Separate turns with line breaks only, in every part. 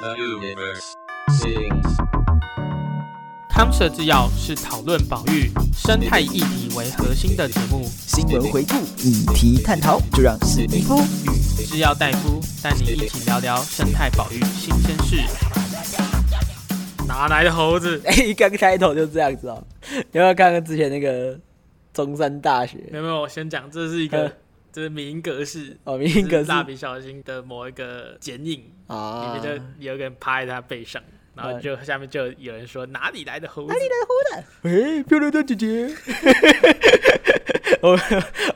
The universe sings.
康蛇制药是讨论保育、生态议题为核心的节目，
新闻回顾、议题探讨，就让史蒂夫
与制药大夫带你一起聊聊生态保育新鲜事。哪来的猴子？
哎，一刚开头就这样子哦。你要不要看看之前那个中山大
没
学？
有没有，我先讲，这是一
嗯
个，这是米因格式，
哦，米英格
这是
斯
蜡笔小新的某一个剪影，里
啊，
面就有一个人趴在他背上，然后
嗯
就下面就有人说啊哪里来的猴子？
哎，漂亮的 姐姐。我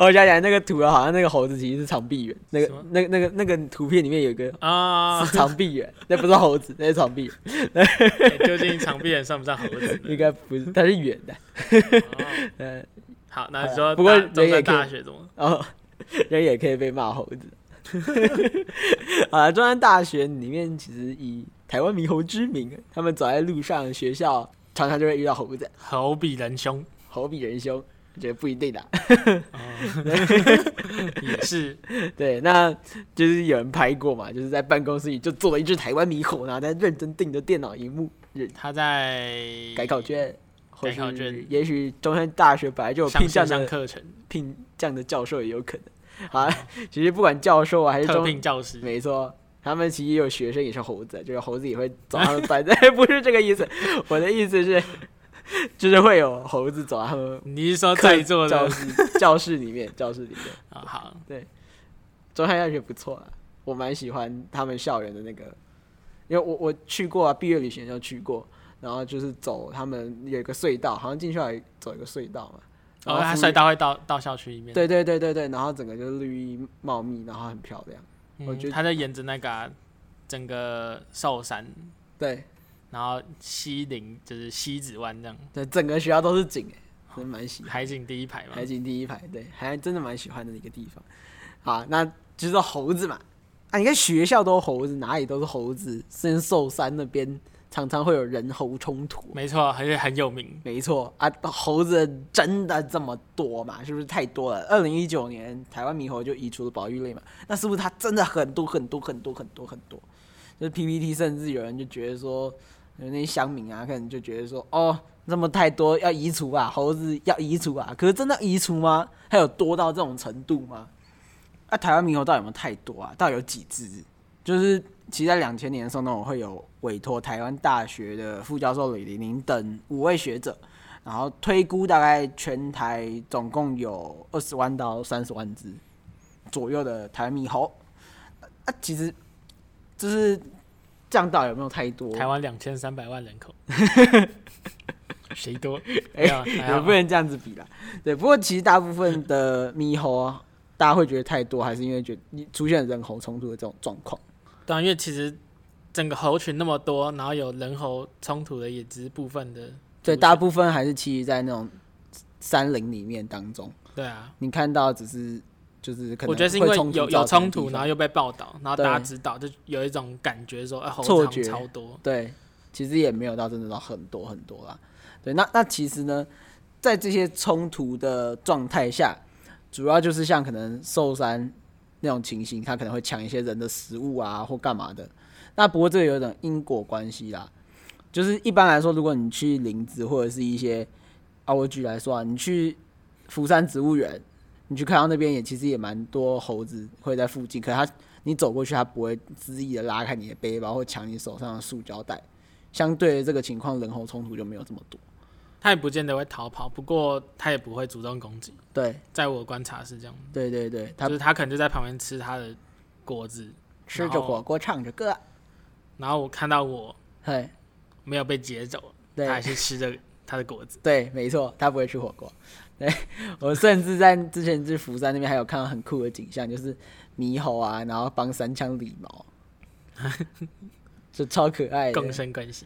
我想起来那个图啊，好像那个猴子其实是长臂猿，那
什
个
么
那个那个那个图片里面有一个
啊
是，长臂猿，那不是猴子，那是长臂猿，
哎究竟长臂猿算不算猴 子呢？
应该不是，它是圆的。
哦
嗯，
好，那你说
不过
大
人
中
也
山
可以
大学怎么？
哦，人也可以被骂猴子。 啊，中山大学里面其实以台湾猕猴之名，他们走在路上，学校常常就会遇到猴子，
猴比人凶，
猴比人凶，我觉得不一定啦。
也是
对，那就是有人拍过嘛，就是在办公室里就做了一只台湾猕猴，然后在认真盯着电脑荧幕
他在
改考卷，或
改考
是
卷
也许中山大学本来就有
上
聘这
线
样
上
的
课程，
聘这样的教授也有可能。啊，其实不管教授啊还是
特
中
聘教师，
没错，他们其实也有学生也是猴子，就是猴子也会走他们班。哎， 不是这个意思，我的意思是，就是会有猴子走到他们
你是说
课
在座的
教室教室里面，教室里面。
啊？好，
中山大学不错啊，我蛮喜欢他们校园的那个，因为我我去过啊，毕业旅行的时候去过，然后就是走他们有一个隧道，好像进去还走一个隧道嘛。然
哦，
后
他
附
隧。道会到到校区里面，
对对对对对，然后整个就是绿意茂密，然后很漂亮。
嗯，
我觉得
他在沿着那个啊、整个寿山，
对，
然后西陵就是西子湾这样，
对，整个学校都是景、欸，真的蛮喜欢。
海景第一排嘛
海。景第一排，对，还真的蛮喜欢的一个地方。好，那就是猴子嘛，啊，你看学校都有猴子，哪里都是猴子，甚至寿山那边常常会有人猴冲突。
没错，而且很有名。
没错啊，猴子真的这么多嘛？是不是太多了？二零一九年台湾猕猴就移除了保育类嘛，那是不是它真的很多很多很多很多很多？就是 PPT 甚至有人就觉得说，有那些乡民啊，可能就觉得说，哦，这么太多要移除啊，猴子要移除啊，可是真的移除吗？它有多到这种程度吗？啊，台湾猕猴到底有没有太多啊？到底有几只？就是其实在两千年的时候呢，我会有委托台湾大学的副教授李玲玲等五位学者，然后推估大概全台总共有二十万到三十万只左右的台湾猕猴。啊，其实就是降到底有没有太多？
台湾两千三百万人 口，谁多？
哎
没有，还
也
好
不能这样子比啦。对，不过其实大部分的猕猴啊，大家会觉得太多，还是因为觉得出现人猴冲突的这种状况。
对啊，因为其实整个猴群那么多，然后有人猴冲突的也只是部分的。
对，大部分还是栖息在那种山林里面当中，
对啊，
你看到只是就是可能
我觉得是因为
会冲突
有有
造成
冲
的地
突，
方
然后又被报道，然后
对
大家知道，就有一种感觉说，哎、猴
错
子好
觉
像超多。
对，其实也没有到真的到很多很多啦。对，那那其实呢，在这些冲突的状态下，主要就是像可能寿山那种情形，他可能会抢一些人的食物啊，或干嘛的。那不过这个有一种因果关系啦，就是一般来说，如果你去林子或者是一些啊，我举来说啊，你去福山植物园，你去看到那边也其实也蛮多猴子会在附近，可是它你走过去，它不会恣意的拉开你的背包或抢你手上的塑胶袋。相对于这个情况，人猴冲突就没有这么多。
他也不见得会逃跑，不过他也不会主动攻击。
对
在我观察是这样，
对对对，他
就是他可能就在旁边吃他的果子，
吃着火锅唱着歌，
然后我看到我
嘿，
没有被劫走，他
对
还是吃着他的 果子。
对，没错，他不会吃火锅。 对我甚至在之前去釜山那边还有看到很酷的景象，就是猕猴啊，然后帮三枪理 毛，就超可爱的
共，生关系，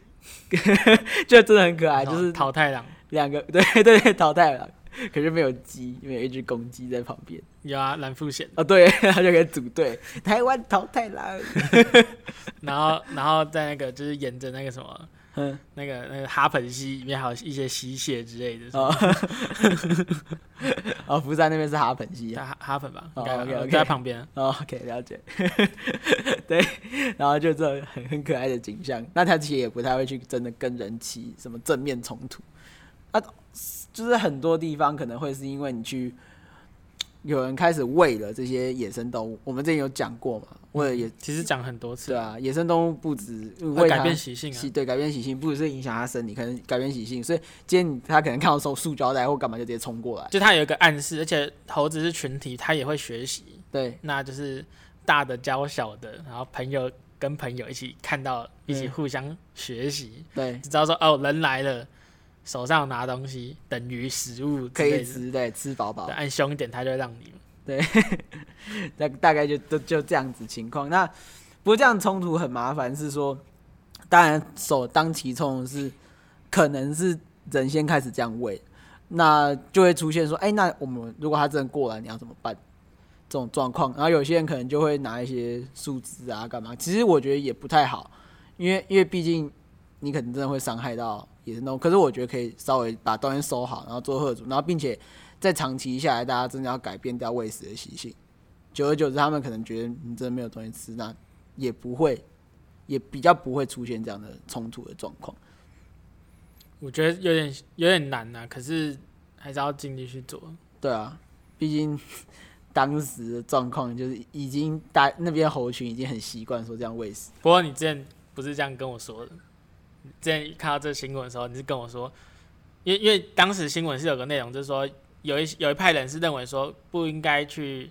就真的很可爱，啊就是
淘汰狼
两个对对对淘汰了，可是没有鸡，没有一只公鸡在旁边。
有啊，蓝富贤，
哦，对， 他就可以组队，台湾淘汰狼。
然后然后在那个就是沿着那个什么
嗯
那个那个哈盆溪里面还有一些溪蟹之类的，
啊， 哦，釜山那边是哈盆溪啊。
在哈哈盆吧，
哦
应该吧
OK，OK
就在旁边。
哦、OK，了解。 对，然后就这很很可爱的景象。那他其实也不太会去真的跟人起什么正面冲突。啊，就是很多地方可能会是因为你去，有人开始喂了这些野生动物。我们之前有讲过嘛，为了野，
其实讲很多次，
对啊，野生动物不止
嗯会
为
改
它
变习性啊
习，对，改变习性，不只是影响它生理，可能改变习性。所以今天你它可能看到收塑胶袋或干嘛就直接冲过来。
就它有一个暗示，而且猴子是群体，它也会学习，
对，
那就是大的教小的，然后朋友跟朋友一起看到，一起
嗯
互相学习，
对，
知道说哦，人来了，手上拿东西等于食物之
可
类的，
以吃，对，吃饱饱
对，。按凶一点，它就会让你。
大大概就就就这样子情况。那不过这样冲突很麻烦，是说，当然首当其冲的是可能是人先开始这样喂，那就会出现说，哎、那我们如果他真的过来，你要怎么办？这种状况，然后有些人可能就会拿一些树枝啊，干嘛？其实我觉得也不太好，因为因为毕竟你可能真的会伤害到野生动物。可是我觉得可以稍微把东西收好，然后做贺主，然后并且在长期下来，大家真的要改变掉喂食的习性。久而久之，他们可能觉得你真的没有东西吃，那也不会，也比较不会出现这样的冲突的状况。
我觉得有点有点难呐、可是还是要尽力去做。
对啊，毕竟当时的状况就是已经大那边猴群已经很习惯说这样喂食。
不过你之前不是这样跟我说的，你之前看到这新闻的时候，你是跟我说，因为因为当时新闻是有个内容，就是说有一有一派人是认为说不应该去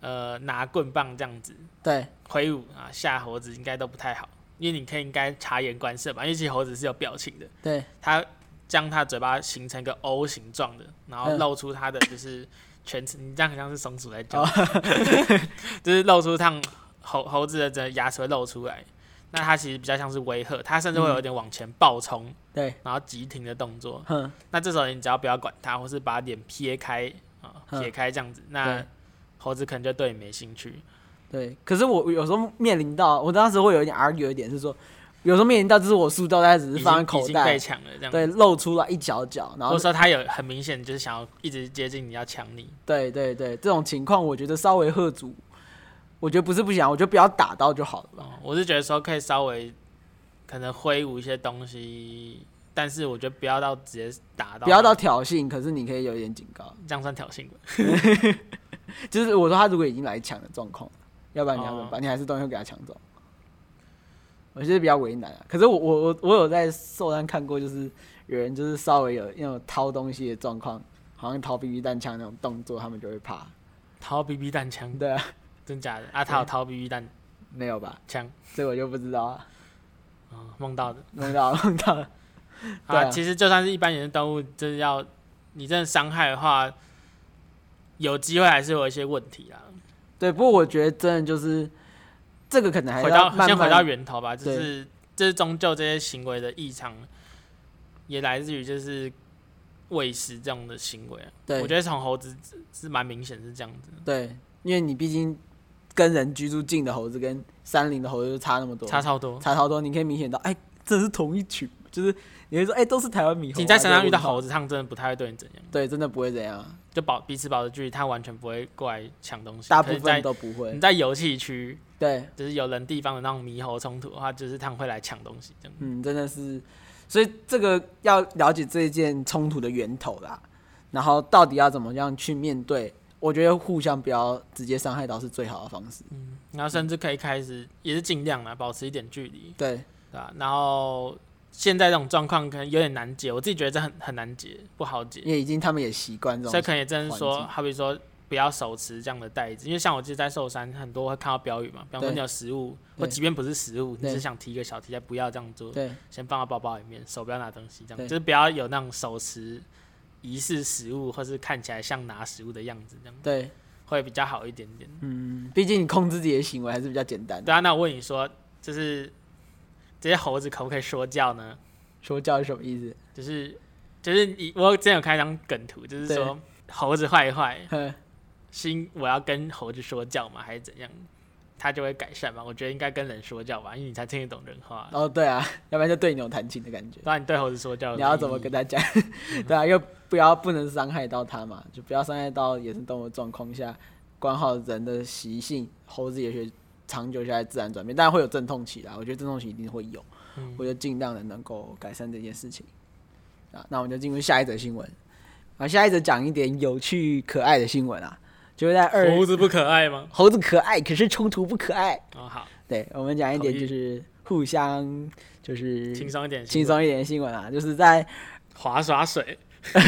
呃拿棍棒这样子
对
挥舞啊吓猴子，应该都不太好，因为你可以应该察言观色吧，因为其实猴子是有表情的，
对
它将它嘴巴形成一个 O 形状的，然后
嗯
露出它的就是全齿，你这样很像是松鼠在叫，
哦
就是露出它猴猴子的整个牙齿会露出来。那它其实比较像是威吓，它甚至会有点往前暴冲，
对，
然后急停的动作。
哼，
那这时候你只要不要管它，或是把脸撇开啊，
嗯
撇开这样子，那
对
猴子可能就对你没兴趣。
对。可是我有时候面临到，我当时会有一点 argue 一点是说，有时候面临到就是我塑胶袋只
已
是
经
放在
已
口
经
袋
被，抢了这样
对，
子。
露出来一角角，然
或
后
者说它有很明显就是想要一直接近你，要抢你。
对对对，这种情况我觉得稍微喝足，我觉得不是不行啊，我觉得不要打到就好了吧。
哦，我是觉得说可以稍微可能挥舞一些东西，但是我觉得不要到直接打到，
不要到挑衅，可是你可以有一点警告，
这样算挑衅吧。
就是我说他如果已经来抢的状况，要不然你要怎么
哦
办？你还是东西会给他抢走。我觉得比较为难啊。可是我我我我有在寿山看过，就是有人就是稍微有那种掏东西的状况，好像掏 BB 弹枪那种动作，他们就会怕。
掏 BB 弹枪，
对啊，
真假的？啊，他有掏 BB 弹
没有吧？
枪
这我就不知道啊，
啊，梦到的
弄到了弄到了。对啊
啊。其实就算是一般野生动物，真的要你真的伤害的话，有机会还是有一些问题啦。
对，不过我觉得真的就是这个可能还
回
是要
到
慢慢
先回到源头吧，就
对
是这是终究这些行为的异常，也来自于就是喂食这样的行为啊、
对
我觉得从猴子是是蛮明显是这样子，
对，因为你毕竟跟人居住近的猴子跟山林的猴子就差那么多，
差超多。
差超多，你可以明显到，哎，这是同一群，就是你会说，哎，都是台湾猕猴啊。
你在山上遇到
这个
猴
文化，
子，他们真的不太会对你怎样，
对，真的不会怎样，
就保彼此保持距离，他完全不会过来抢东西。
大
可
部
是在嗯
分都不会
你。在游戏区，
对，
就是有人地方的那种猕猴冲突的话，就是他们会来抢东西这样。
嗯，真的是，所以这个要了解这一件冲突的源头啦，然后到底要怎么样去面对，我觉得互相不要直接伤害到是最好的方式。
然后甚至可以开始，也是尽量啦，保持一点距离。
对，
对啊，然后现在这种状况可能有点难解，我自己觉得这很很难解，不好解，
因为已经他们也习惯这
所以
种，
可能也真是说，
环境
好比说不要手持这样的袋子，因为像我记得在寿山很多会看到标语嘛，比方说
对
你有食物，
对
或即便不是食物，你
对
只想提一个小提袋，不要这样做，
对
先放到包包里面，手不要拿东西，这样
对
就是不要有那种手持疑似食物或是看起来像拿食物的样子，这样
对。
会比较好一点点。
嗯毕竟你控制自己的行为还是比较简单的。
对啊，那我问你说，就是这些猴子可不可以说教呢？
说教是什么意思？
就是就是你，我之前有看一张梗图，就是说猴子坏坏，
哼
是因我要跟猴子说教嘛，还是怎样？它就会改善嘛。我觉得应该跟人说教吧，因为你才听得懂人话。
哦，对啊，要不然就对牛弹琴的感觉。
不然你对猴子说教有什意义，
你要怎么跟他讲？
嗯
对啊，又不要不能伤害到它嘛，就不要伤害到野生动物的状况下，管好人的习性，猴子也许长久下来自然转变，当然会有阵痛期啦。我觉得阵痛期一定会有，
嗯
我就尽量的能够改善这件事情。啊，那我们就进入下一则新闻。啊，下一则讲一点有趣可爱的新闻啊，就是在二
猴子不可爱吗？
猴子可爱，可是冲突不可爱。
哦，好，
对，我们讲一点
同意
就是互相就是
轻松一点，
轻，松一点的新闻啊，就是在
划耍水，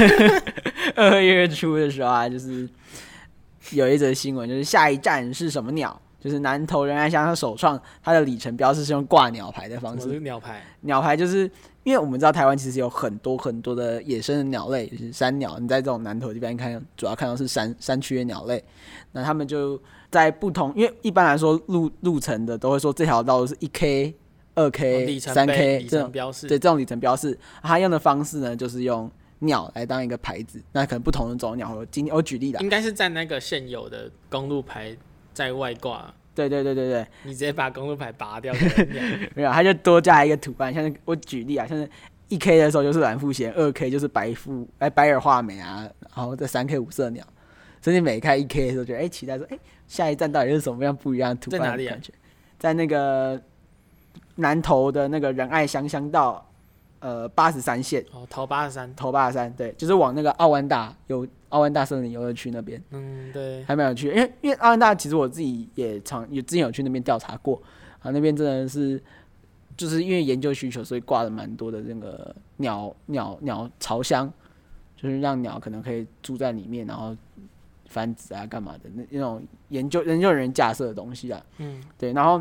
二月初的时候啊，就是有一则新闻，就是下一站是什么鸟？就是南投仁爱乡它首创它的里程标志是用挂鸟牌的
我
方式
是，鸟牌，
鸟牌就是因为我们知道台湾其实有很多很多的野生的鸟类，就是山鸟。啊你在这种南投这边看，主要看到是山山区的鸟类。那他们就在不同，因为一般来说路路程的都会说这条道路是一 k、二
哦
k、
里程
三
碑
k
里
这
程
种，
标
对
示，
这种里程标示。它用的方式呢，就是用鸟来当一个牌子。那可能不同的种鸟，我今天我举例啦，
应该是在那个现有的公路牌在外挂，
对对对对对，
你直接把公路牌拔 掉给人家，
没有，它就多加一个图案，像是我举例啊，像是一 K 的时候就是蓝腹鹇，二 K 就是白腹哎白耳画眉啊，然后这三 K 五色鸟，所以你每开一 K 的时候觉得哎、期待说哎、下一站到底是什么样不一样的图案
在哪里啊
的感觉，在那个南投的那个仁爱乡乡道呃八十三线
哦，头八十三，
头八十三对，就是往那个奥湾大有奥湾大森林游乐区那边。
嗯，对，
还蛮有趣的，因为因为阿兰大其实我自己也常也之前有去那边调查过啊，那边真的是就是因为研究需求，所以挂了蛮多的那个鸟鸟鸟巢箱，就是让鸟可能可以住在里面，然后繁殖啊干嘛的那那种研究研究人架设的东西啊，
嗯，
对，然后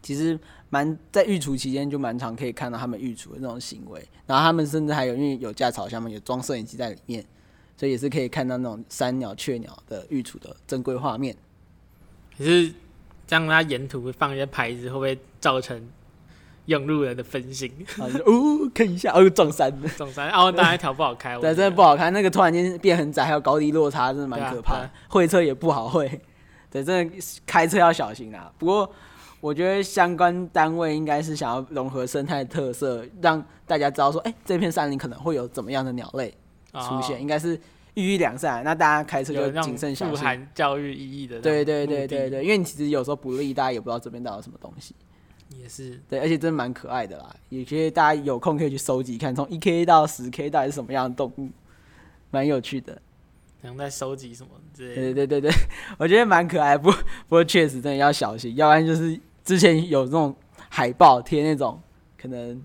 其实蛮在育雏期间就蛮常可以看到他们育雏的那种行为，然后他们甚至还有因为有架巢下面有装摄影机在里面，所以也是可以看到那种山鸟、雀鸟的育雏的珍贵画 面。
可是这样它沿途放一些牌子，会不会造成用路人的分心？
然后就哦，看一下，哦，撞山了。
总算 哦，大家一条不好开，我
对，
觉
真
得
的不好看。那个突然间变很窄，还有高低落差，真的蛮可怕
对啊对
的
啊。
会车也不好会， 对，真的开车要小心啊啦。不过我觉得相关单位应该是想要融合生态特色，让大家知道说，哎、这片山林可能会有怎么样的鸟类出现，
哦
应该是寓意良善。啊那大家开车
有
就
那
谨
种
慎小
富
心。
含教育意义的那种目
对
的，
对对对对，因为你其实有时候不利，大家也不知道这边到底有什么东西。
也是
对，而且真的蛮可爱的啦，也可以大家有空可以去收集看，从一 K 到十 K 到底是什么样的动物，蛮有趣的。
好像在收集什么之类
对
的。
对对对， 我觉得蛮可爱，不不过确实真的要小心，要不然就是之前有那种海报贴那种可能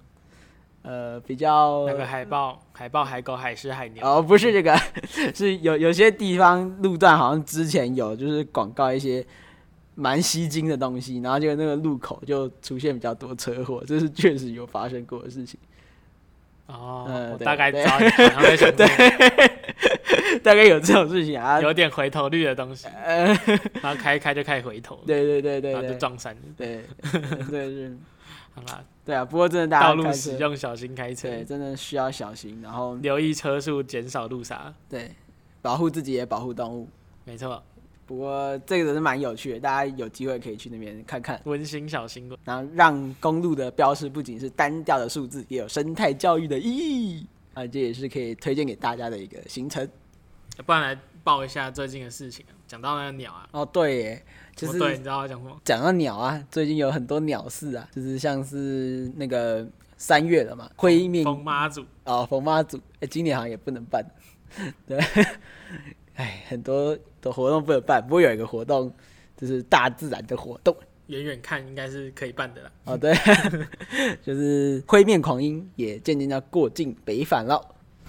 呃比较
那个海豹、海豹、海狗、海狮、海牛，
哦不是这个， 是有有些地方路段好像之前有就是广告一些蛮吸睛的东西，然后就那个路口就出现比较多车祸，这是确实有发生过的事情。
哦
嗯，
我
对
大概知
对
道你好像在想什 么，
大概有这种事情啊，
有点回头率的东 西，
呃，
然后开一开就开始回头了，
对对对对
然啊后就
对，
撞山了。
对对是，
好啦，
对啊。不过真的大家
道路
开
使
车
用小心开车，
对真的需要小心，然后
留意车速，减少路杀。
对保护自己也保护动物。
没错，
不过这个是蛮有趣的，大家有机会可以去那边看看。
温馨小新闻。
然后让公路的标识不仅是单调的数字，也有生态教育的意义啊，这也是可以推荐给大家的一个行程。
不然来报一下最近的事情啊。讲到那个鸟啊，
哦，对耶，就
哦对，
是
你知道我讲什么？
讲到鸟啊，最近有很多鸟事啊，就是像是那个三月了嘛，灰面
风妈祖，
哦，冯妈组，哎、今年好像也不能办， 对，哎，很多的活动不能办，不过有一个活动就是大自然的活动，
远远看应该是可以办的啦。
哦，对， 就是灰面狂鹰也渐渐要过境北返了。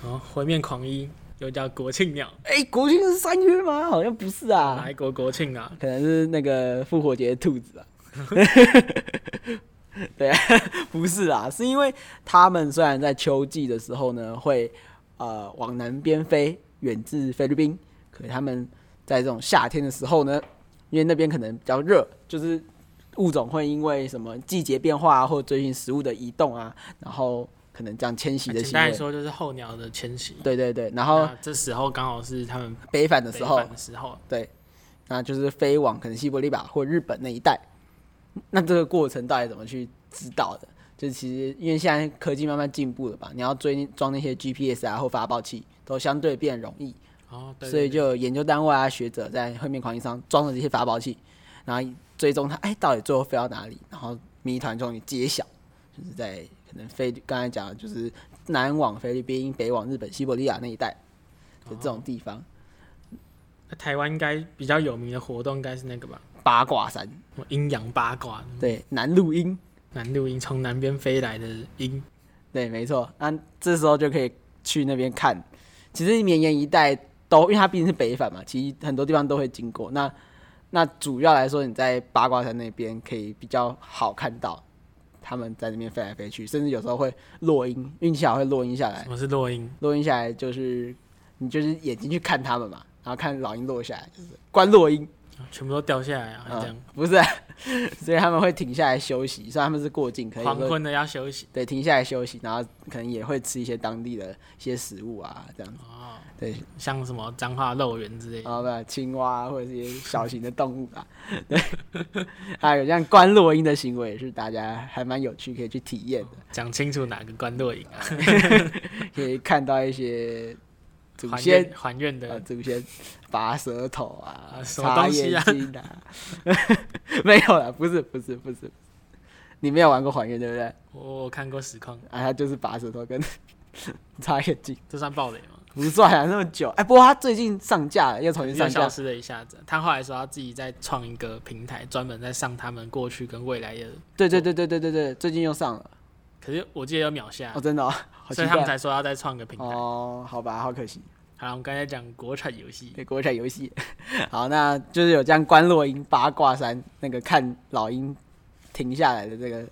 哦，回面狂一又叫国庆鸟，
哎、国庆是三月吗？好像不是啊
哪，一国国庆啊？
可能是那个复活节的兔子啊。 对啊，不是啊，是因为他们虽然在秋季的时候呢，会呃往南边飞，远至菲律宾，可他们在这种夏天的时候呢，因为那边可能比较热，就是物种会因为什么季节变化啊，或追寻食物的移动啊，然后可能这样迁徙的
简
行
单来
为。
说就是候鸟的迁徙。
对对对，然后
那这时候刚好是他们
北返的
北
时候
返，的时候，
对，那就是飞往可能西伯利亚或日本那一带。那这个过程到底怎么去知道的？就其实因为现在科技慢慢进步了吧，你要追装那些 GPS 啊或发报器都相对变容易，
哦，对
所以
对对
就有研究单位啊学者在后面狂音上装了这些发报器，然后追踪它，哎，到底最后飞到哪里？然后谜团终于揭晓，就是在可能菲律刚才讲的就是南往菲律宾，北往日本、西伯利亚那一带，就这种地方。
那台湾应该比较有名的活动应该是那个吧，
八卦山，
什么阴阳八卦，
对，南录音，
南陆鹰从南边飞来的鹰，
对，没错。那这时候就可以去那边看。其实绵延一带都，因为它毕竟是北返嘛，其实很多地方都会经过。那那主要来说，你在八卦山那边可以比较好看到他们在那边飞来飞去，甚至有时候会落音，运气好会落音下来
什。么是落鹰？
落音下来就是你就是眼睛去看他们嘛，然后看老鹰落下来，就是观落鹰。
全部都掉下来啊！还这样
嗯，不是啊、 所以他们会停下来休息。虽然他们是过境，可以
黄昏的要休息
对，停下来休息，然后可能也会吃一些当地的一些食物啊，这样子。
哦，
对，
像什么彰化肉圆之类的
然后把青蛙或者是一些小型的动物啊，对， 还有像观落鹰的行为，也是大家还蛮有趣，可以去体验的，
讲清楚哪个关落影啊？
可以看到一些祖
还
先
愿还愿
啊，
的
祖先拔舌头啊，
啊什么
擦
东西
眼
啊
睛啊， 没有啦，不是不是不是，你没有玩过还愿对不对？
我我看过实况，
啊，他就是拔舌头跟 擦眼睛。
这算暴雷吗？
不算啊，那么久。哎，不过他最近上架了，又重新
又
上
消
架。
失了一下子。啊他后来说他自己在创一个平台，专门在上他们过去跟未来的，
对对对对对对对，最近又上了。
可是我记得有秒下
哦，，真的、哦，好
啊所
奇
以他们
怪。
才说要再创个平台。好
哦，好吧，好可惜。
了，我们刚才讲国产游戏，
对，国产游戏。 好，那就是有这样观落鹰八卦山那个看老鹰停下来的这个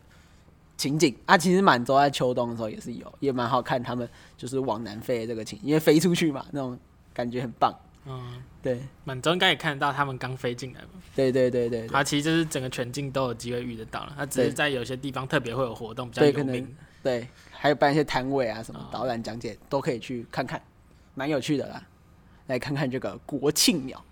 情景啊，其实满洲在秋冬的时候也是有，也蛮好看他们就是往南飞的这个情，因为飞出去嘛，那种感觉很棒。
嗯，
对，
满洲应该也看得到他们刚飞进来吧？
对对对对对
啊，其实就是整个全境都有机会遇得到了，它只是
对
在有些地方特别会有活动，比较
对
有
可能
名。
对，还有办一些摊位啊，什么
哦
导览讲解都可以去看看，蛮有趣的啦。来看看这个国庆 鸟，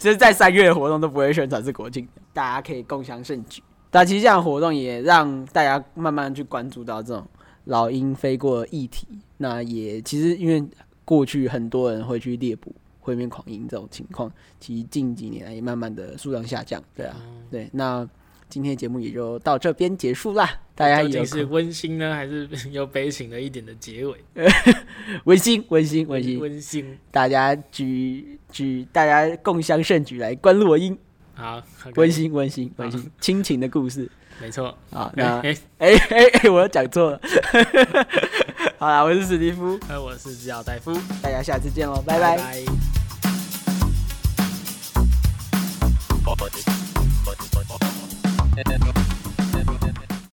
就是在三月的活动都不会宣传是国庆鸟，大家可以共享盛举。但其实这样的活动也让大家慢慢去关注到这种老鹰飞过的议题。那也其实因为过去很多人会去猎捕灰面狂鹰这种情况，其实近几年来也慢慢的数量下降。对啊，
嗯
对，那今天节目也就到这边结束啦。大家
究
有
竟是
空
温馨呢，还是 有悲情的一点的结尾？
温馨温馨温馨，
温馨。
大家举举，大家共襄盛举来观落英，
好，
温
温馨，
馨温馨温馨，亲情的故事
没错。
啊。那
啊哎，
哎哎哎，我又讲错了。 好啦，我是史蒂夫，
哎我是指导大夫，
大家下次见喽，拜拜
拜。